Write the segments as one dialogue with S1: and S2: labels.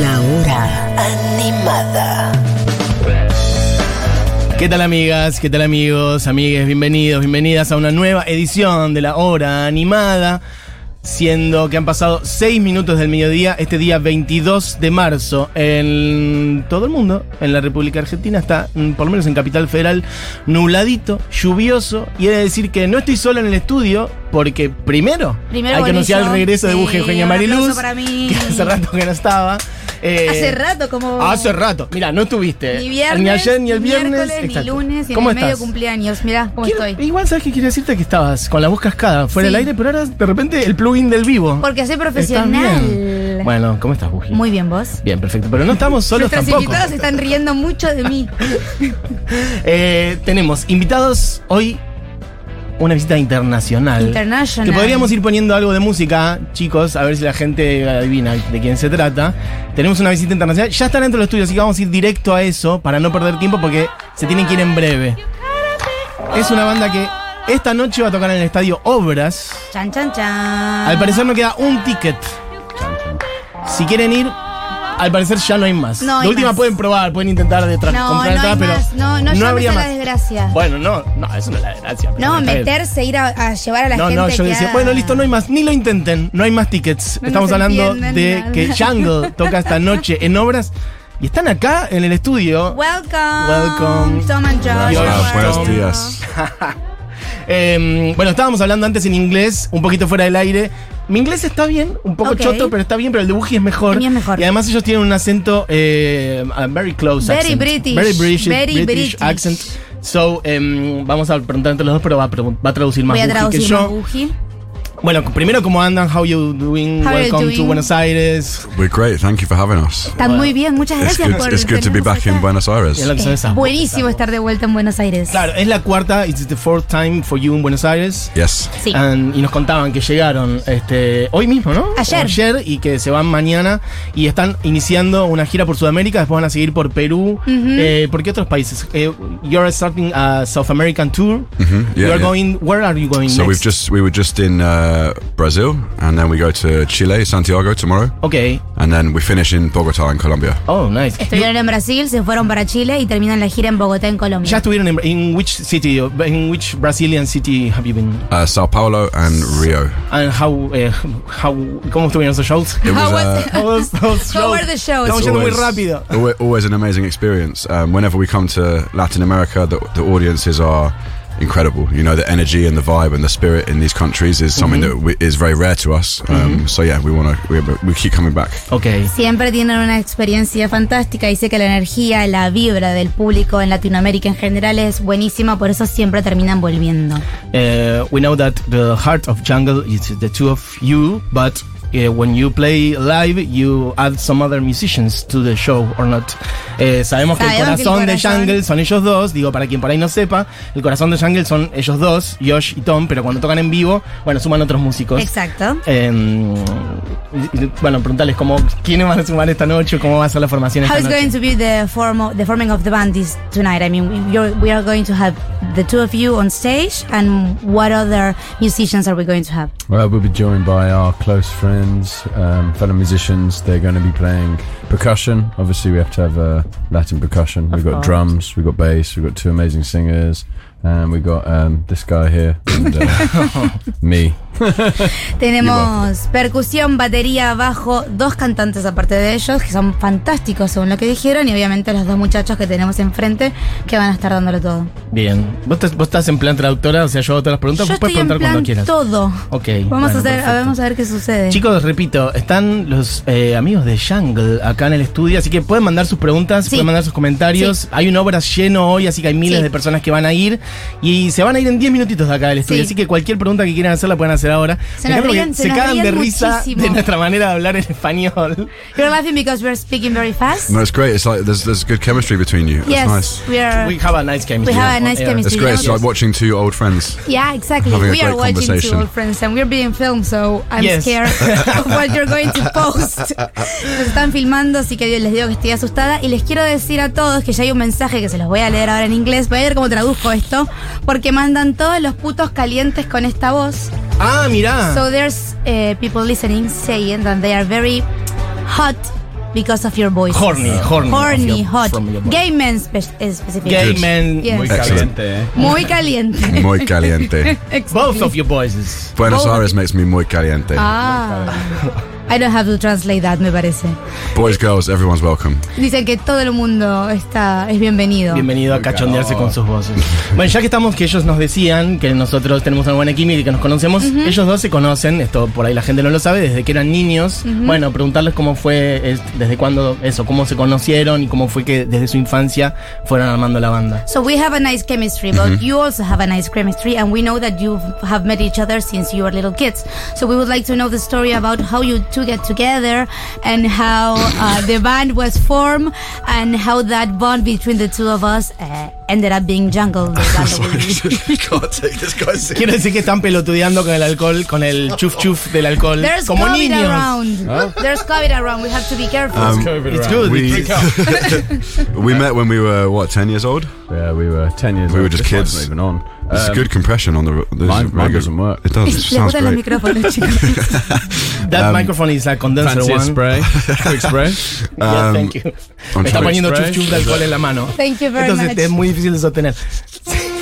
S1: La hora animada.
S2: ¿Qué tal amigas? ¿Qué tal amigos? Amigues, bienvenidos, bienvenidas a una nueva edición de la hora animada. Siendo que han pasado 6 minutos del mediodía, este día 22 de marzo, en todo el mundo, en la República Argentina, está, mm, por lo menos en Capital Federal, nubladito, lluvioso, y he de decir que no estoy solo en el estudio, porque primero,
S3: Primero
S2: hay que
S3: volví
S2: anunciar
S3: yo.
S2: el regreso de
S3: Sí,
S2: Buja Eugenia
S3: un aplauso
S2: Mariluz,
S3: para mí.
S2: que hace rato que no estaba. Eh,
S3: Hace rato, como.
S2: Hace rato. Mira, no estuviste.
S3: Ni viernes.
S2: Ni ayer, ni el viernes.
S3: Miércoles, ni
S2: Exacto.
S3: lunes, y en
S2: ¿Cómo
S3: el medio
S2: estás?
S3: cumpleaños. Mirá cómo
S2: Quiero-
S3: estoy.
S2: Igual sabes que quiero decirte que estabas con la voz cascada fuera
S3: Sí.
S2: del aire, pero ahora de repente el plugin del vivo.
S3: Porque soy
S2: Estás bien.
S3: profesional.
S2: Bueno, ¿cómo estás, Buji?
S3: Muy bien, vos.
S2: Bien, perfecto. Pero no estamos solos
S3: Nuestros
S2: tampoco.
S3: invitados están riendo mucho de mí.
S2: Eh, tenemos invitados hoy una visita internacional.
S3: International.
S2: Que podríamos ir poniendo algo de música, chicos, a ver si la gente adivina de quién se trata. Tenemos una visita internacional. Ya están dentro de los estudios, así que vamos a ir directo a eso para no perder tiempo porque se tienen que ir en breve. Es una banda que esta noche va a tocar en el estadio Obras.
S3: Chan, chan, chan.
S2: Al parecer no queda un ticket. Si quieren ir, al parecer ya no hay más.
S3: No hay
S2: de última
S3: más.
S2: pueden probar, pueden intentar de
S3: No,
S2: tra-
S3: no
S2: comprar
S3: hay
S2: entradas, pero
S3: más. No, no,
S2: no
S3: llames
S2: habría
S3: a
S2: más.
S3: la desgracia.
S2: Bueno, no, no, eso no es la desgracia. pero
S3: No,
S2: está bien.
S3: meterse, ir a, a llevar a la
S2: No,
S3: gente.
S2: no, yo
S3: que
S2: decía,
S3: haga-
S2: bueno, listo, no hay más, ni lo intenten, no hay más tickets.
S3: No
S2: Estamos
S3: nos
S2: hablando
S3: entienden
S2: de
S3: nada.
S2: que Jungle toca esta noche en obras y están acá en el estudio.
S3: Welcome.
S2: Welcome.
S3: Tom and Josh.
S2: Dios,
S4: Hola, buenos
S2: Tom.
S4: días.
S2: Eh, bueno, estábamos hablando antes en inglés, un poquito fuera del aire. Mi inglés está bien, un poco
S3: Ok.
S2: choto, pero está bien, pero el de Buji es mejor.
S3: El mío es mejor.
S2: Y además ellos tienen un acento eh, a very close
S3: Very
S2: accent.
S3: British.
S2: Very British.
S3: Very British.
S2: British, accent. So, em, vamos a preguntar entre los dos, pero va a, pregun- va a traducir más
S3: Voy a
S2: Buji
S3: traducir
S2: que yo.
S3: Buji.
S2: Bueno, primero, ¿cómo andan? How you doing?
S3: How you
S2: Welcome to
S3: doing?
S2: Buenos Aires.
S4: We're great. Thank you for having us.
S3: Están muy bien, muchas
S4: It's
S3: gracias
S4: good,
S3: por
S4: it's good to be
S3: tenernos
S4: back in
S3: acá.
S4: Buenos Aires.
S2: Es lo que sabes,
S3: Es
S2: ah,
S3: buenísimo
S2: vos.
S3: estar de vuelta en Buenos Aires.
S2: Claro, es la cuarta, it's the fourth time for you in Buenos Aires.
S4: Yes.
S3: Sí.
S2: And- y nos contaban que llegaron este, hoy mismo, ¿no?
S3: Ayer.
S2: O Ayer y que se van mañana y están iniciando una gira por Sudamérica, después van a seguir por Perú. Eh, ¿Por qué otros países? Eh, you're starting a South American tour.
S4: yeah,
S2: you're
S4: yeah.
S2: going, where are you going
S4: So
S2: next?
S4: we've just we were just in uh, Brazil, and then we go to Chile, Santiago tomorrow,
S2: Okay.
S4: and then we finish in Bogota in Colombia.
S2: Oh, nice. You-
S3: Estuvieron en Brasil, se fueron para Chile y terminan la gira en Bogotá, en Colombia.
S2: ya estuvieron en in which city, in which Brazilian city have you been?
S4: Uh, Sao Paulo and Rio.
S2: And how, eh, how, ¿cómo estuvieron esos shows?
S4: It
S3: How was
S4: uh,
S3: it?
S2: How was those
S3: How were the shows?
S2: Estamos
S4: it's
S2: yendo muy
S4: always-
S2: rápido.
S4: alwa- always an amazing experience. Um, whenever we come to Latin America, the, the audiences are incredible. You know, the energy and the vibe and the spirit in these countries is something that
S2: Mm-hmm.
S4: we, is very rare to us. Um, So yeah, we want to we, we keep coming back.
S2: Okay.
S3: Siempre tienen una experiencia fantástica y sé que la energía, la vibra del público en Latinoamérica en general es buenísima, por eso siempre terminan volviendo.
S2: Uh, we know that the heart of jungle is the two of you, but uh, when you play live, you add some other musicians to the show or not. Eh, sabemos que el
S3: Sabemos que el
S2: corazón de
S3: corazón-
S2: jungle son ellos dos. Digo, para quien por ahí no sepa, el corazón de jungle son ellos dos, Josh y Tom, pero cuando tocan en vivo, bueno, suman otros músicos.
S3: Exacto.
S2: Eh, y- y, bueno, preguntarles cómo, quiénes van a sumar esta noche, cómo va a ser la formación
S3: How
S2: esta
S3: is
S2: noche.
S3: going to be the form of, the forming of the band this tonight? I mean, you're, we are going to have the two of you on stage, and what other musicians are we going to have?
S5: Well, we'll be joined by our close friends, um, fellow musicians. They're going to be playing percussion. Obviously, we have to have uh, Latin percussion. We've got
S3: course.
S5: drums, we've got bass, we've got two amazing singers, and we've got um, this guy here and uh, me.
S3: Tenemos percusión, batería, bajo, dos cantantes aparte de ellos, que son fantásticos según lo que dijeron, y obviamente los dos muchachos que tenemos enfrente que van a estar dándolo todo.
S2: Bien. ¿Vos, te- vos estás en plan traductora, o sea, yo hago todas las preguntas,
S3: Yo
S2: vos puedes
S3: estoy en
S2: preguntar
S3: plan
S2: cuando quieras.
S3: todo.
S2: Ok.
S3: Vamos,
S2: bueno,
S3: a hacer,
S2: perfecto.
S3: vamos a ver qué sucede.
S2: Chicos, repito, están los eh, amigos de Jungle acá en el estudio, así que pueden mandar sus preguntas,
S3: Sí.
S2: pueden mandar sus comentarios.
S3: Sí.
S2: Hay un obras lleno hoy, así que hay miles
S3: Sí.
S2: de personas que van a ir y se van a ir en 10 minutitos de acá del estudio.
S3: Sí.
S2: Así que cualquier pregunta que quieran hacer la pueden hacer hacer ahora.
S3: Se
S2: Me
S3: nos
S2: encanta porque
S3: ríen- se
S2: se
S3: nos
S2: cagan de
S3: ríen
S2: risa
S3: muchísimo.
S2: de nuestra manera de hablar en español.
S3: You're laughing because we're speaking very fast.
S4: No, it's great. It's like there's there's good chemistry between you.
S3: yes,
S4: It's nice.
S3: we are.
S2: We have a nice chemistry.
S3: Ah. We
S2: Eh,
S3: have a
S2: on
S3: nice
S2: air.
S3: chemistry.
S4: It's great. It's
S3: Yeah.
S4: like watching two old friends.
S3: yeah, exactly.
S4: Having a
S3: We
S4: great
S3: are watching two
S4: conversation.
S3: old friends and we're being filmed, so I'm
S2: Yes.
S3: scared of what you're going to post. Nos están filmando, así que les digo que estoy asustada. Y les quiero decir a todos que ya hay un mensaje que se los voy a leer ahora en inglés. Voy a ver cómo traduzco esto, porque mandan todos los putos calientes con esta voz.
S2: Ah, mirá.
S3: So there's eh, people listening saying that they are very hot because of your voice.
S2: Horny, horny.
S3: Horny,
S2: Of your-
S3: hot.
S2: from your voice.
S3: Gay men spe- eh, specifically.
S2: Gay
S4: Good.
S2: men.
S3: Yes.
S5: Muy
S4: Excellent.
S5: caliente, eh.
S3: Muy caliente.
S4: Muy caliente.
S2: Both of your voices.
S4: Buenos Aires makes me muy caliente.
S3: Ah. I don't have to translate that, me parece.
S4: Boys, girls, everyone's welcome.
S3: Dicen que todo el mundo está es bienvenido.
S2: Bienvenido a cachondearse
S5: calor.
S2: con sus voces. Bueno, ya que estamos, que ellos nos decían que nosotros tenemos una buena química y que nos conocemos, ellos dos se conocen, esto por ahí la gente no lo sabe, desde que eran niños. Bueno, preguntarles cómo fue, es- desde cuándo eso, cómo se conocieron y cómo fue que desde su infancia fueron armando la banda.
S3: So we have a nice chemistry, but you also have a nice chemistry, and we know that you have met each other since you were little kids. So we would like to know the story about how you two get together and how uh, the band was formed and how that bond between the two of us uh, ended up being Jungle. the band that we-
S4: you can't take this guy
S2: Quiero decir que están pelotudeando con el alcohol, con el chuf chuf del alcohol,
S3: There's
S2: como
S3: COVID
S2: niños.
S3: around. There's COVID around. We have to be careful.
S5: Um,
S2: It's good.
S4: We, we met when we were what ten years old.
S5: Yeah, we were 10 years
S4: We
S5: old.
S4: were just
S5: This one's
S4: kids.
S5: not even on.
S4: It's a
S5: Um,
S4: good compression on the. This
S5: mine-
S4: is
S5: mine
S4: really good.
S5: doesn't work.
S4: It does. It
S3: Le
S4: sounds
S3: gustan los
S4: great.
S3: micrófonos, chicos.
S2: That microphone is a condenser
S5: Fancy a
S2: one.
S5: Um, spray. Quick spray.
S2: Yeah, thank you.
S4: I'm
S2: Me está
S4: trying.
S2: poniendo
S5: Spray.
S2: chuf chuf de alcohol en la mano.
S3: Thank you very
S2: Entonces
S3: much.
S2: este, es muy difícil de sostener.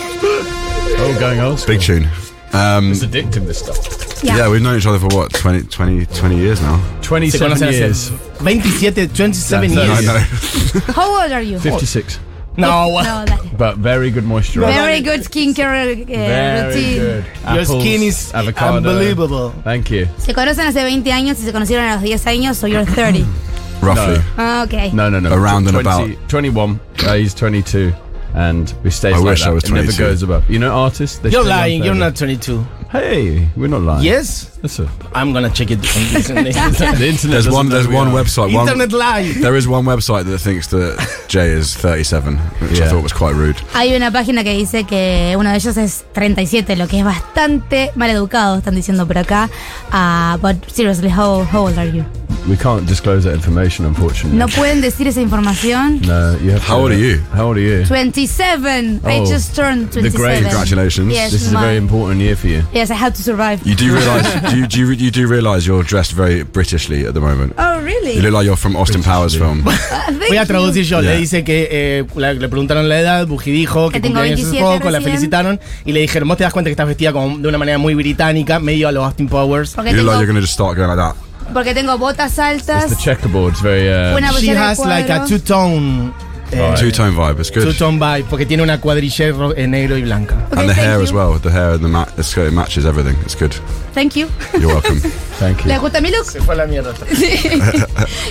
S5: Oh, going old.
S4: Big tune. Um,
S5: It's addictive, this stuff.
S3: Yeah.
S4: yeah. we've known each other for what 20, 20, 20 years now.
S2: Se conocen
S5: 27
S2: hace
S5: years.
S2: 27, 27
S5: No,
S2: years.
S4: I know.
S3: How old are you?
S5: 56.
S2: No,
S3: No, that-
S5: But very good moisturizer.
S3: very good skincare uh, routine.
S2: Your
S5: Apples,
S2: skin is
S5: avocado.
S2: unbelievable.
S5: Thank you.
S3: Se conocen hace 20 años y se conocieron a los 10 años, so you're 30.
S4: Roughly.
S3: Ah, ok.
S5: No, no, no.
S4: Around and
S5: 20 21. Uh, he's 22. And we stay
S4: I
S5: like
S4: wish
S5: that.
S4: I was
S5: It never
S4: 22.
S5: goes above. You know, artists. They
S2: You're
S5: stay on
S2: lying. You're
S5: forever.
S2: not 22.
S5: Hey, we're not lying.
S2: Yes,
S5: Listen,
S2: I'm gonna check it. On this.
S5: the internet.
S4: There's
S5: doesn't
S4: one.
S5: know
S4: There's
S5: we
S4: one
S5: are.
S4: website. One,
S2: Internet lie.
S4: there is one website that thinks that Jay is 37, which I
S5: Yeah.
S4: thought was quite rude.
S3: Hay una página que dice que uno de ellos es 37, lo que es bastante mal educado, están diciendo por acá. Ah, but seriously, how, how old are you?
S5: We can't disclose that information, unfortunately.
S3: No pueden decir esa información.
S5: No, you have
S4: How
S5: to-
S4: old are you?
S5: How old are you?
S3: 27. I
S5: Oh,
S3: just turned
S5: the
S3: 27.
S5: great.
S4: Congratulations.
S3: Yes,
S5: This is a
S3: my-
S5: very important year for you.
S3: Yes, I had to survive.
S4: You do realize do you, do you, you do realize you're dressed very Britishly at the moment.
S3: Oh,
S4: You
S3: really?
S4: look like you're from Austin Powers film.
S3: Ah, thank
S2: Voy a
S3: you.
S2: traducir yo. Le
S4: Yeah.
S2: dice que eh, la- le preguntaron la edad, Buji dijo que
S3: Que tengo
S2: cumpleaños hace
S3: 27
S2: poco, la
S3: recién.
S2: felicitaron y le dijeron, vos te das cuenta que estás vestida como de una manera muy británica, medio a los Austin Powers.
S3: Porque
S4: You look like you're
S3: tengo,
S4: gonna just start going like that.
S3: porque tengo botas
S5: It's the
S3: altas.
S5: checkerboard's very. Uh,
S3: Una
S2: She
S3: botella de
S2: has like a
S3: cuadros.
S2: two tone,
S5: Right.
S4: Two tone vibe. It's
S2: two
S4: good.
S2: tone vibe, porque tiene una cuadrilla ro- eh, negro y blanca.
S3: Okay,
S4: and the
S3: thank
S4: hair as
S3: you.
S4: well. The hair and the mat. It's good. It matches everything. It's good.
S3: Thank you.
S4: You're welcome.
S5: Thank
S3: ¿Le
S5: you.
S3: gusta mi look?
S2: Se fue a la mierda.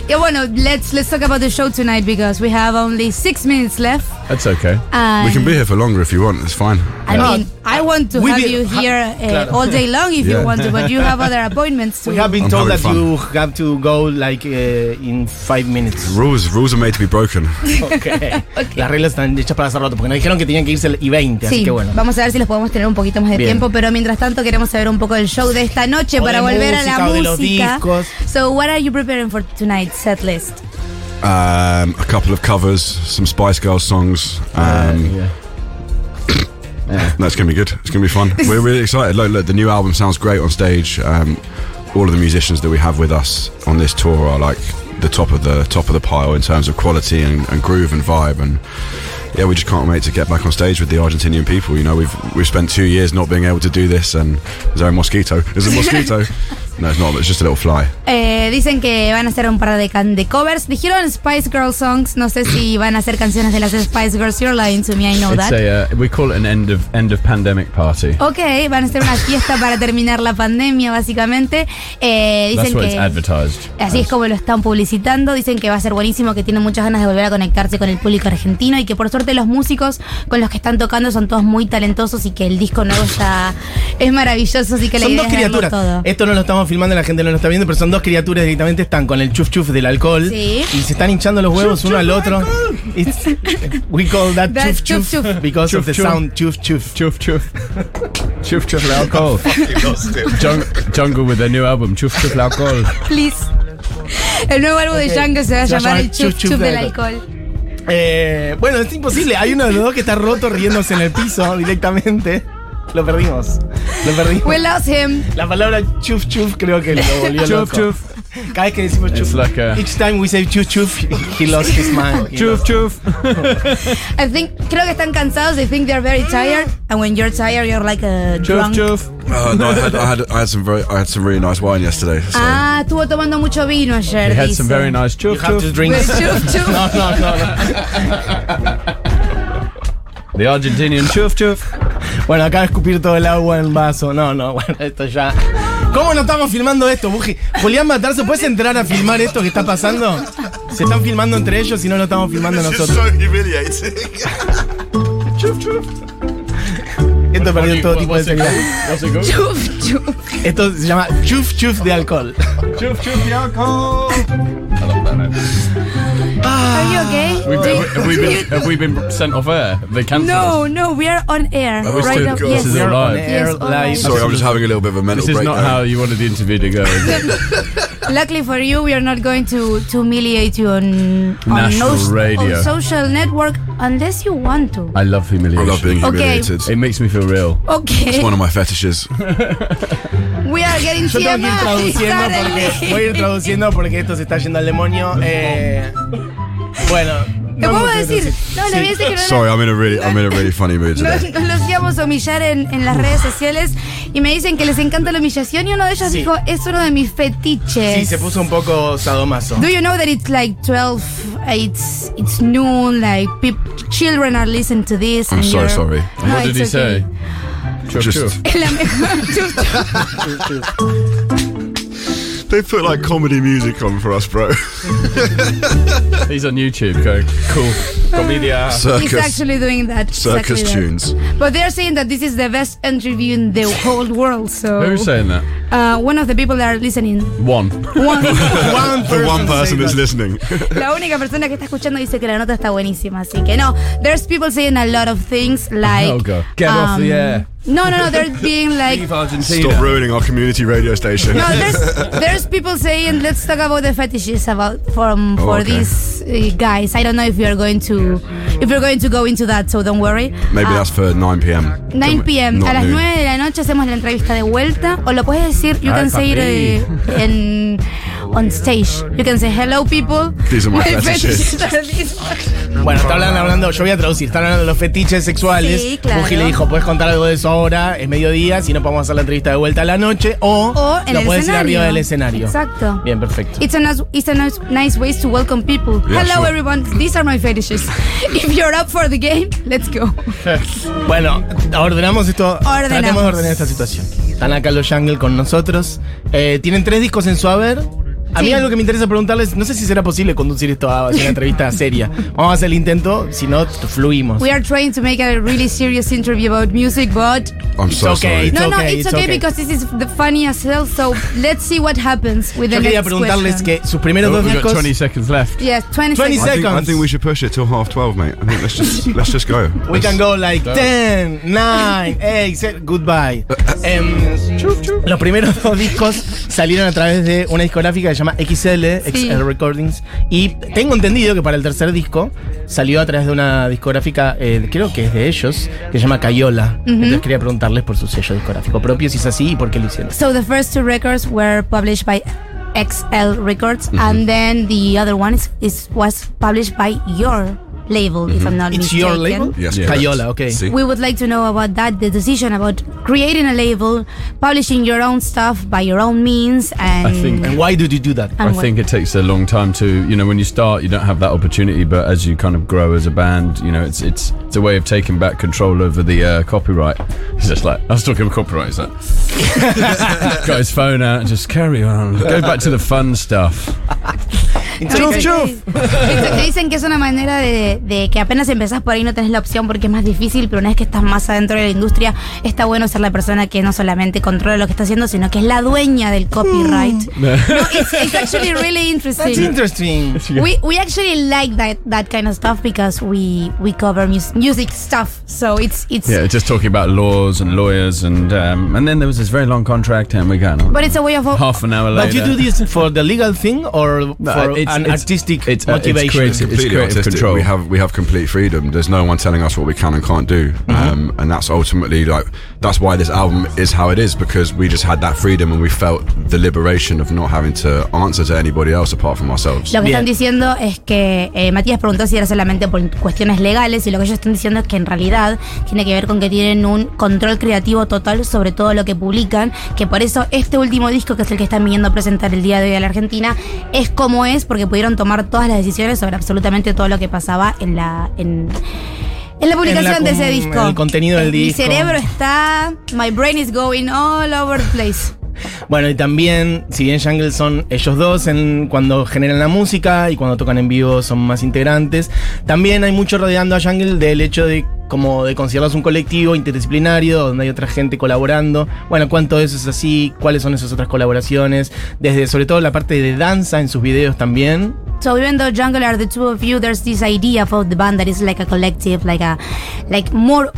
S3: Yeah, bueno, let's let's talk about the show tonight because we have only six minutes left.
S5: That's okay.
S3: And
S4: we can be here for longer if you want. It's fine.
S3: I
S2: No,
S3: mean, I want to
S2: we
S3: have
S2: be-
S3: you
S2: ha-
S3: here uh,
S2: claro.
S3: all day long if you
S4: Yeah.
S3: want to, but you have other appointments.
S2: We
S3: to-
S2: have been
S4: I'm
S2: told that
S4: having fun.
S2: you have to go like eh, in five minutes.
S4: Rules. Rules are made to be broken.
S2: Ok. Las reglas están hechas para hacer rato, porque nos dijeron que tenían que irse y 20, así
S3: Sí,
S2: que bueno.
S3: vamos a ver si los podemos tener un poquito más de
S2: Bien.
S3: tiempo, pero mientras tanto queremos saber un poco del show de esta noche
S2: O
S3: para
S2: de
S3: volver a
S2: música,
S3: la
S2: o de los
S3: música.
S2: discos.
S3: So, what are you preparing for tonight's set list?
S4: Um, a couple of covers, some Spice Girls songs. Um,
S5: yeah.
S4: That's gonna be good. It's gonna be fun. We're really excited. Look, look, the new album sounds great on stage. Um, all of the musicians that we have with us on this tour are like the top of the top of the pile in terms of quality and, and groove and vibe. And yeah, we just can't wait to get back on stage with the Argentinian people. You know, we've we've spent two years not being able to do this, and is there a mosquito? There's a mosquito. No, it's not. It's just a little fly.
S3: Eh, dicen que van a hacer un par de, can de covers. Dijeron Spice Girl songs. No sé si van a hacer canciones de las Spice Girls. You're lying to me, I know
S5: It's
S3: that. Oh,
S5: a uh, we call it an end of end of pandemic party.
S3: Ok, van a hacer una fiesta para terminar la pandemia, básicamente. Eh,
S5: That's
S3: dicen
S5: what
S3: que
S5: it's advertised.
S3: Así es
S5: as.
S3: como lo están publicitando. Dicen que va a ser buenísimo, que tienen muchas ganas de volver a conectarse con el público argentino y que por suerte los músicos con los que están tocando son todos muy talentosos y que el disco nuevo está es maravilloso. Así que la
S2: Son
S3: idea es
S2: dos
S3: darlo
S2: criaturas. Eh,
S3: todo.
S2: Esto no lo estamos filmando, la gente no lo está viendo, pero son dos criaturas directamente están con el chuf chuf del alcohol
S3: Sí.
S2: y se están hinchando los huevos uno al otro. It's- we call that
S3: That's
S2: chuf chuf,
S3: chuf chuf.
S2: because of
S5: Chuf
S2: the
S5: chuf.
S2: sound chuf chuf.
S5: Chuff chuff. chuff chuff alcohol. Jung- jungle with their new album, Chuff Chuff alcohol.
S3: Please. El nuevo álbum de Django se va a
S2: Se
S3: llamar el Chup Chup del
S2: alcohol.
S3: alcohol.
S2: Eh, bueno, es imposible. Hay uno de los dos que está roto riéndose en el piso directamente. Lo perdimos. Lo perdimos.
S3: We lost him.
S2: La palabra chuf chuf creo que lo volvió
S5: Chuf
S2: loco.
S5: chuf.
S2: Cada vez que decimos chuf,
S5: It's like uh, a-
S2: each time we say chuf chuf, he lost his mind. He
S5: Chuff
S2: lost-
S5: chuff.
S3: I think, creo que están cansados. They think they're very tired. And when you're tired, you're like a
S5: Chuff
S3: drunk.
S5: chuff.
S4: Uh, no, I had, I had I had some very I had some really nice wine yesterday. So.
S3: Ah, estuvo tomando mucho vino ayer.
S5: They had some
S3: dicen.
S5: very nice chuff
S2: You have to
S5: chuff.
S2: drink.
S3: Well, chuf chuf.
S2: No, no, no, no.
S5: The Argentinian chuff chuff.
S2: Bueno, acaba de escupir todo el agua en el vaso. No, no, bueno, esto ya. ¿Cómo no estamos filmando esto, Buji? Julián Matarse, ¿puedes entrar a filmar esto que está pasando? Se están filmando entre ellos y no lo estamos filmando nosotros.
S4: humiliating.
S2: Esto perdió todo tipo de seriedad.
S5: What's it called?
S3: Chup chup.
S2: Esto se llama chuf chuf de alcohol.
S5: Chuff chuff alcohol. I love that name.
S3: Are you okay?
S5: We've
S3: Do
S5: been,
S3: you-
S5: have, we
S3: do you-
S5: been, have we been sent off air? They cancelled us.
S3: No, no, we are on air
S4: we
S3: right
S4: still
S3: now.
S4: got-
S3: Yes.
S5: This is a lie.
S3: Yes, online.
S4: Sorry, I'm just having a little bit of a mental
S5: This is
S4: breakdown.
S5: not how you wanted the interview to go. is it?
S3: Luckily for you, we are not going to, to humiliate you on on,
S5: National radio.
S3: on social network unless you want to.
S5: I love
S4: I
S5: humiliation.
S4: love being
S3: Okay.
S4: humiliated.
S5: it makes me feel real.
S3: Okay,
S4: It's one of my fetishes.
S3: we are getting
S2: Yo tengo que
S3: TMI
S2: ir traduciendo porque voy a
S3: suddenly.
S2: ir traduciendo porque esto se está yendo al demonio. Eh, bueno,
S3: Te
S2: no
S3: puedo
S2: mucho que
S3: decir,
S2: traducir.
S3: no, la
S2: Sí.
S3: verdad es que no
S4: Sorry, I'm in a really I'm in a really funny mood
S3: No,
S4: today.
S3: no los íbamos a humillar en, en las redes sociales y me dicen que les encanta la humillación y uno de ellos
S2: Sí.
S3: dijo, es uno de mis fetiches.
S2: Sí, se puso un poco sadomaso.
S3: Do you know that it's like 12, uh, it's it's noon, like peop children are listening to this.
S4: I'm
S3: and
S4: so
S3: you're-
S4: sorry.
S3: No,
S5: what did
S3: it's
S5: he
S3: okay.
S5: say? Chuff
S4: Just-
S5: chuff.
S3: Es la mejor. Chup, chup.
S4: They put like comedy music on for us, bro.
S5: He's on YouTube going, cool. Got me the uh, ass.
S3: He's
S4: Circus
S3: actually doing that. He's
S4: circus
S3: actually doing
S4: tunes.
S3: that. But they're saying that this is the best interview in the whole world. So
S5: Who's saying that?
S3: uh, one of the people that are listening.
S5: One.
S3: One.
S2: One
S4: The one person that's
S2: said
S4: listening.
S3: la única persona que está escuchando dice que la nota está buenísima. Así que no. There's people saying a lot of things like. um,
S5: Oh, God. Get off the air.
S3: No, no, no. They're being like.
S5: Leave Argentina.
S4: Stop ruining our community radio station.
S3: No, there's there's people saying let's talk about the fetishes about from
S4: Oh,
S3: for
S4: okay.
S3: these uh, guys. I don't know if you're going to if you're going to go into that, so don't worry.
S4: Maybe
S3: Ah,
S4: that's for 9 p.m.
S3: 9 p.m.
S4: Not
S3: a las
S4: noon.
S3: 9 de la noche hacemos la entrevista de vuelta o lo puedes decir you
S5: Ay,
S3: can say it
S5: papi.
S3: uh, en- on stage. You can say hello people.
S4: These are my fetishes.
S3: are these.
S2: Bueno, estaban hablando, yo voy a traducir, están hablando de los fetiches sexuales.
S3: Sí, claro.
S2: Muji le dijo, puedes contar algo de eso ahora, es mediodía, si no podemos hacer la entrevista de vuelta a la noche, o,
S3: O en
S2: lo
S3: el
S2: puedes ir
S3: escenario.
S2: arriba del escenario.
S3: Exacto.
S2: Bien, perfecto.
S3: It's a nice, it's a nice, nice ways to welcome people.
S4: Yeah,
S3: Hello
S4: sure.
S3: everyone, these are my fetishes. If you're up for the game, let's go.
S2: Bueno, ordenamos esto.
S3: Ordenamos.
S2: Tratemos de ordenar esta situación. Están acá los Jungle con nosotros. Eh, tienen tres discos en su haber. A mí
S3: Sí.
S2: algo que me interesa preguntarles, no sé si será posible conducir esto a una entrevista seria. Vamos a hacer el intento, si no, fluimos.
S3: We are trying to make a really serious interview about music, but
S4: I'm so
S2: It's okay.
S4: sorry.
S2: It's
S3: no, no,
S2: okay,
S3: it's,
S2: it's
S3: okay,
S2: okay.
S3: because this is the funny as hell. So let's see what happens with
S2: Yo
S3: the
S2: quería
S3: next
S2: preguntarles
S3: question.
S2: que sus primeros
S5: Oh,
S2: dos
S5: we've got
S2: discos...
S5: 20 seconds left.
S3: Yes, 20,
S2: 20
S4: I think, I
S2: seconds.
S4: think we should push it till half 12, mate. I think let's just let's just go.
S2: We can go like
S5: Pues, Claro.
S2: 10, 9, 8, goodbye. Em, los primeros dos discos salieron a través de una discográfica que se llama XL,
S3: Sí.
S2: XL Recordings. Y tengo entendido que para el tercer disco salió a través de una discográfica, eh, creo que es de ellos, que se llama Cayola. Entonces quería preguntarles por su sello discográfico propio, si es así y por qué lo hicieron.
S3: So the first two records were published by
S2: Mm-hmm.
S3: XL Records, and then the other one is, is was published by your label, if I'm not
S2: It's
S3: mistaken.
S2: your label?
S4: Yes,
S5: Yeah.
S4: correct.
S2: Cayola, okay.
S4: See?
S3: We would like to know about that, the decision about creating a label, publishing your own stuff by your own means, and
S5: I think-
S2: And why did you do that?
S3: and
S5: I
S3: what-
S5: think it takes a long time to, you know, when you start, you don't have that opportunity. But as you kind of grow as a band, you know, it's it's it's a way of taking back control over the uh, copyright. It's just like I was talking about copyright. Is that got his phone out and just carry on? Go back to the fun stuff.
S2: Chuf, chuf.
S3: Exacto, que dicen que es una manera de, de que apenas empezás por ahí no tenés la opción porque es más difícil, pero una vez que estás más adentro de la industria, está bueno ser la persona que no solamente controla lo que está haciendo, sino que es la dueña del copyright. No, it's, it's actually really
S2: That's
S3: interesting.
S2: interesting.
S3: We, we actually like that, that kind of stuff because we, we cover mus- music stuff. So it's, it's
S5: Yeah, just talking about laws and lawyers and um, and then there was this very long contract and we got on.
S3: but it's a way of
S5: half an hour later.
S2: But you do this for the legal thing or
S5: No,
S2: for
S5: it's-
S2: an
S5: it's-
S2: artistic
S5: it's, uh, it's
S2: motivation?
S5: creative. It's
S4: completely
S5: creative
S4: artistic.
S5: control.
S4: We have we have complete freedom. There's no one telling us what we can and can't do,
S6: Mm-hmm.
S4: um, and that's ultimately like that's why this album is how it is because we just had that freedom and we felt the liberation of not having to answer to anybody else apart from ourselves.
S3: Lo que
S2: Bien.
S3: están diciendo es que eh, Matías preguntó si era solamente por cuestiones legales y lo que ellos están diciendo es que en realidad tiene que ver con que tienen un control creativo total sobre todo lo que publican, que por eso este último disco, que es el que están viniendo a presentar el día de hoy a la Argentina, es como es porque pudieron tomar todas las decisiones sobre absolutamente todo lo que pasaba en la... En, en la publicación de ese
S2: com-
S3: disco.
S2: el contenido del
S3: Eh,
S2: disco.
S3: Mi cerebro está. My brain is going all over the place.
S2: Bueno, y también, si bien Jungle son ellos dos en, cuando generan la música y cuando tocan en vivo son más integrantes, también hay mucho rodeando a Jungle del hecho de como de considerarlos un colectivo interdisciplinario donde hay otra gente colaborando. Bueno, cuánto de eso es así, cuáles son esas otras colaboraciones, desde sobre todo la parte de danza en sus videos también.
S3: So even though Jungle are the two of you, there's this idea for the band that is like a collective, like a like more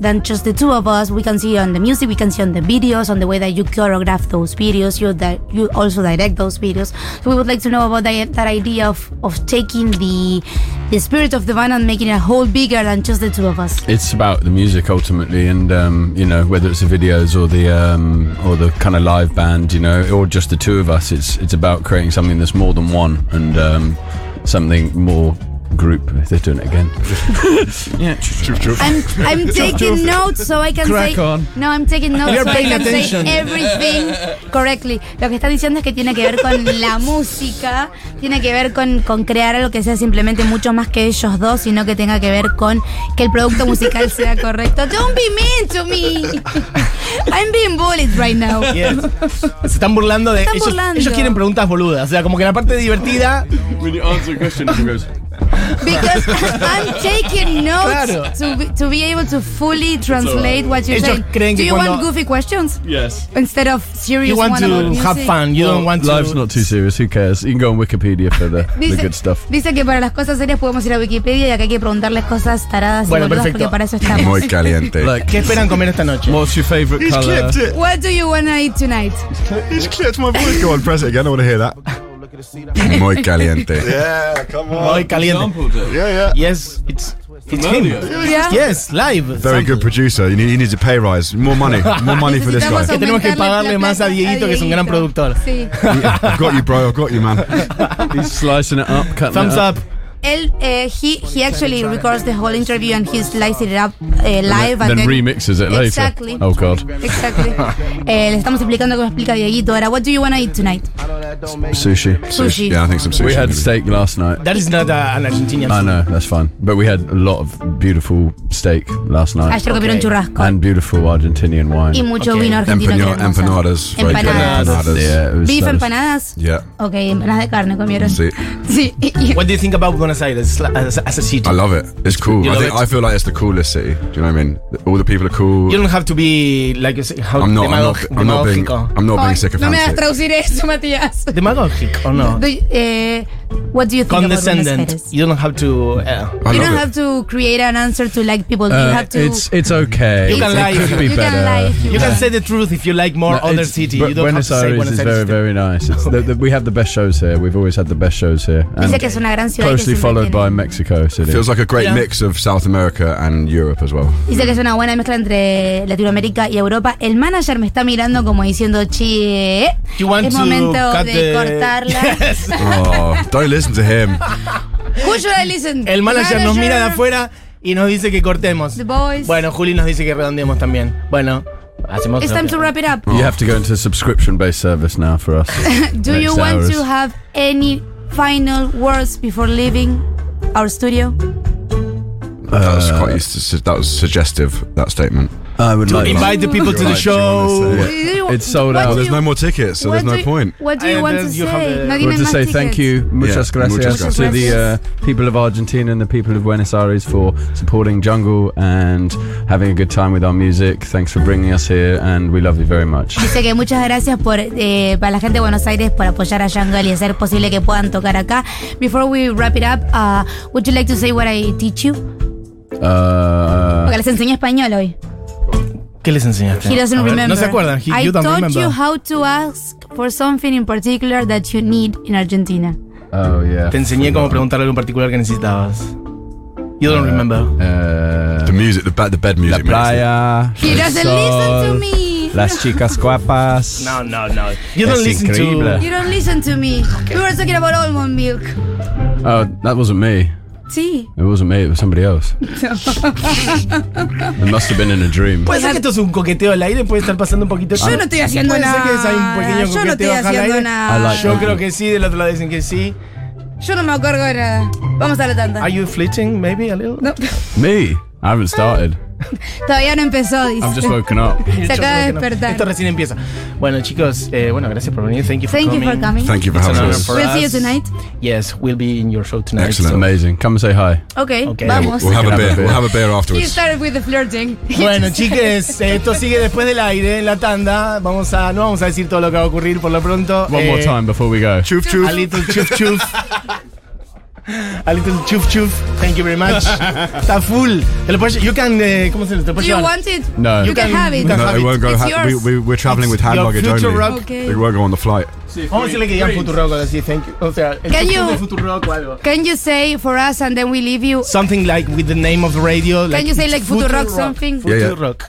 S3: than just the two of us. We can see on the music, we can see on the videos, on the way that you choreograph those videos, you that you also direct those videos. So we would like to know about that, that idea of of taking the the spirit of the band and making it a whole bigger than just the two of us.
S5: it's about the music ultimately, and um, you know whether it's the videos or the um, or the kind of live band, you know, or just the two of us. It's it's about creating something that's more than one and um, something more group. They're doing it again. yeah,
S3: I'm I'm taking notes so I can
S5: Crack
S3: say
S5: on.
S3: no I'm taking notes
S2: You're
S3: so I
S2: paying
S3: can
S2: attention.
S3: say everything correctly. Lo que está diciendo es que tiene que ver con la música, tiene que ver con, con crear algo que sea simplemente mucho más que ellos dos, sino que tenga que ver con que el producto musical sea correcto. Don't be mean to me. I'm being bullied right now.
S2: Yes. Se están burlando de
S3: Se están
S2: ellos,
S3: burlando.
S2: ellos quieren preguntas boludas, o sea, como que la parte divertida
S5: When you answer a question, it goes.
S3: Because I'm taking notes
S2: Claro.
S3: to, be, to be able to fully translate what you're
S2: Ellos
S3: saying.
S2: creen
S3: Do
S2: que
S3: you want
S2: cuando-
S3: goofy questions?
S5: Yes.
S3: instead of serious
S2: you want
S3: one about
S2: to
S3: music.
S2: have fun, you don't want to
S5: Life's not too serious. Who cares? You can go on Wikipedia for the, the good stuff.
S3: dice que para las cosas serias podemos ir a Wikipedia y acá hay que preguntarles cosas taradas
S2: Bueno,
S3: y boludas
S2: perfecto.
S3: porque para eso estamos.
S4: Muy caliente.
S5: Like,
S2: ¿Qué esperan comer esta noche?
S5: what's your favourite colour?
S3: What do you wanna eat tonight?
S6: He's clipped my voice. Go on, press it again. I want to hear that.
S4: Muy caliente.
S6: Yeah, come on.
S2: Hoy caliente.
S6: Yeah, yeah.
S2: Yes, it's, it's him.
S3: Yeah.
S2: Yes, live.
S6: Very
S2: Sample.
S6: good producer. He need- he needs a pay rise. More money. More money for this
S3: Necesitamos
S6: guy.
S2: Que tenemos que
S3: aumentarle
S2: pagarle
S3: la
S2: más a
S3: plata
S2: Dieguito, que es un gran productor.
S3: Sí.
S6: I've got you, bro. I've got you, man.
S5: He's slicing it up, cutting
S2: Thumbs
S5: it up.
S2: up.
S3: Él, eh, he, he actually records the whole interview and he slices it up eh, live
S5: Then
S3: and then
S5: remixes it later.
S3: Exactly.
S5: Oh god.
S3: Exactly. Eh, le estamos explicando cómo explica Dieguito. Ahora, what do you wanna eat tonight?
S5: Sushi.
S3: Sushi.
S4: Yeah, I think some sushi.
S5: We had
S4: maybe.
S5: steak last night.
S2: That is not a- an Argentinian.
S5: I know, that's fine. But we had a lot of beautiful steak last night.
S3: Ayer comieron
S2: Ok.
S3: churrasco.
S5: And beautiful Argentinian wine.
S3: y mucho
S2: Ok.
S3: vino argentino.
S4: Empanada-
S3: que hermosa.
S4: empanadas. Very good
S3: Empanadas.
S4: empanadas.
S5: Yeah, it was,
S3: Beef
S5: that was-
S3: empanadas.
S4: Yeah.
S3: Ok, empanadas de carne comieron.
S4: Sí.
S3: Sí. y- y-
S2: What do you think about Buenos Aires la- as, as a city?
S4: I love it. It's cool.
S2: You
S4: I
S2: love
S4: think
S2: it?
S4: I feel like it's the coolest city. Do you know what I mean? All the people are cool.
S2: You don't have to be like you say, how
S4: I'm not. I'm not.
S2: demagog- oh.
S4: I'm not being.
S2: demagogical.
S4: I'm not
S3: Ay,
S4: being
S3: oh, no me hagas
S4: sycophantic.
S3: traducir eso, Matías.
S2: Demagogic or no?
S3: Do you- eh, what do you think about
S2: Condescendent.
S3: Buenos Aires?
S2: You don't have to. Uh,
S4: I
S3: You don't
S4: love
S3: have
S4: it.
S3: to create an answer to like people. you
S5: Ah, Uh,
S3: have to.
S5: it's it's okay.
S2: You can
S5: it
S2: lie if
S5: could
S2: you-
S5: be
S3: you can
S5: better.
S3: lie if
S2: you can say the truth if you like more
S5: No,
S2: other
S5: it's-
S2: city.
S5: Bu-
S2: You don't
S5: Buenos
S2: have to say
S5: Aires
S2: Buenos
S5: is
S2: Aires.
S5: very very nice. It's the, the, we have the best shows here. We've always had the best shows here.
S3: Dice
S5: And
S3: que es una gran ciudad. que
S5: closely
S3: siempre
S5: followed by
S3: tiene-
S5: Mexico City.
S4: Feels like a great
S2: Yeah.
S4: mix of South America and Europe as well.
S3: Dice que es una buena mezcla entre Latinoamérica y Europa. El manager me está mirando como diciendo, che,
S2: You want
S3: es
S2: to
S3: momento
S2: cut
S3: de
S2: the-
S3: cortarla.
S2: Yes. Uh,
S4: Oh, don't listen to him.
S3: Who should I listen?
S2: El manager nos mira de
S3: Manager?
S2: afuera y nos dice que cortemos.
S3: The Boys.
S2: Bueno, Juli nos dice que redondeemos también. Bueno, hacemos.
S3: It's time to wrap it up.
S5: You have to go into subscription based service now for us.
S3: Do
S5: Next
S3: you want
S5: hours.
S3: to have any final words before leaving our studio?
S4: that was quite su- that was suggestive that statement.
S5: I would like
S2: Invite the people to the show.
S3: Do you-
S5: It's
S3: what
S5: sold out.
S3: do
S4: Well, Oh, there's
S3: you-
S4: no more tickets,
S3: what
S4: so there's no
S3: do you-
S4: point.
S3: What do you
S2: And
S3: want
S2: then
S3: to
S2: you have
S3: say?
S2: the-
S3: No
S2: We
S5: We
S3: tienen
S5: want to
S3: más
S5: say
S3: tickets.
S5: thank you, muchas
S4: Yeah,
S5: gracias,
S4: muchas gracias.
S5: to the uh, people of Argentina and the people of Buenos Aires for supporting Jungle and having a good time with our music. Thanks for bringing us here, and we love you very much.
S3: Dice que muchas gracias por eh, para la gente de Buenos Aires por apoyar a Jungle y hacer posible que puedan tocar acá. Before we wrap it up, uh, would you like to say what I teach you?
S5: Uh,
S3: Porque les enseñé español hoy.
S2: ¿Qué les enseñaste?
S3: He doesn't
S2: A ver,
S3: remember.
S2: No se acuerdan. He-
S3: I
S2: you don't
S3: taught
S2: remember.
S3: you how to ask for something in particular that you need in Argentina.
S5: oh yeah.
S2: Te enseñé cómo preguntar algo en particular que necesitabas. You don't remember.
S5: Uh,
S4: The music, the, ba- the bed
S5: la
S4: music. makes it.
S5: playa.
S3: He
S5: el
S3: doesn't listen to
S5: sol,
S3: me.
S5: Las chicas guapas.
S2: No, no, no. You
S5: Es
S2: don't listen
S5: increíble.
S2: to.
S3: You don't listen to me. We were talking about almond milk.
S5: Oh, that wasn't me.
S3: Sí.
S5: It wasn't me. It was somebody else. it must have been in a dream.
S2: Puede ser que esto es un coqueteo al aire, puede estar pasando un
S5: Ah.
S2: poquito.
S3: Yo no estoy haciendo
S2: Puede
S3: nada.
S2: ser que hay un pequeño
S3: Yo no
S2: coqueteo
S3: estoy
S2: acá al
S3: haciendo
S2: aire.
S3: nada.
S5: I like
S2: Yo creo que sí, del otro lado dicen que sí.
S3: Yo no me acuerdo de nada. Vamos a la tanda.
S2: Are you flirting, maybe a little?
S3: No.
S5: Me? I haven't started.
S3: Todavía no empezó, dice.
S5: I've just woken up.
S3: Se acaba de
S2: Yo creo que no.
S3: despertar.
S2: Esto recién empieza. Bueno, chicos, eh, bueno, gracias por venir. Thank you for
S3: Thank you
S2: coming.
S3: for coming.
S4: Thank you for
S2: It's an
S4: having
S2: honor
S4: us.
S2: for
S3: We'll see you
S2: us.
S3: tonight.
S2: Yes, we'll be in your show tonight.
S4: Excellent.
S5: Amazing. Come and say hi.
S3: Okay,
S2: Okay.
S3: vamos.
S4: We'll have a
S5: Have a
S4: beer.
S5: beer.
S4: We'll have a beer
S3: He
S4: afterwards.
S3: started with the flirting.
S2: Bueno, chiques, esto sigue después del aire, en la tanda. Vamos a, no vamos a decir todo lo que va a ocurrir por lo pronto.
S5: One more
S2: Eh,
S5: time before we go.
S6: Choof
S2: A
S6: choof.
S2: little chuf chuf. A little chuf chuf. Thank you very much. Está full. Te lo puedes, you can, eh, ¿cómo se lo te puedes
S3: Do you
S2: llevar?
S3: want it?
S5: No.
S3: You can
S2: can-
S3: have it.
S2: you can
S4: No,
S2: have
S4: it won't go.
S3: It's
S4: Ha- we,
S3: yours.
S4: we, we're traveling with hand
S2: your
S4: luggage
S2: future
S4: only.
S2: rap.
S3: Okay.
S4: It won't go on the flight.
S2: Vamos a decirle que digan Futurock o así, thank you. O sea, el
S3: Can you-
S2: chuf chuf de Futurock o algo.
S3: Can you say for us and then we leave you?
S2: Something like with the name of the radio.
S3: Can you say like Futurock something?
S4: Yeah, yeah.
S2: Futurock.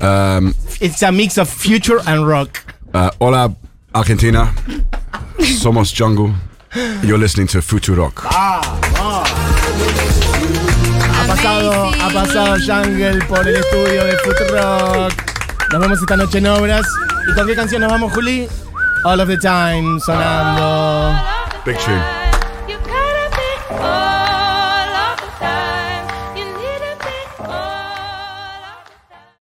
S4: Um,
S2: It's a mix of future and rock.
S4: uh, hola, Argentina. Somos jungle. You're listening to Futurock.
S2: Ha pasado, ha pasado Jungle por el estudio de Futurock. Nos vemos esta noche en obras. ¿Y con qué canción nos vamos, Juli? All of the time sonando.
S4: Big tune.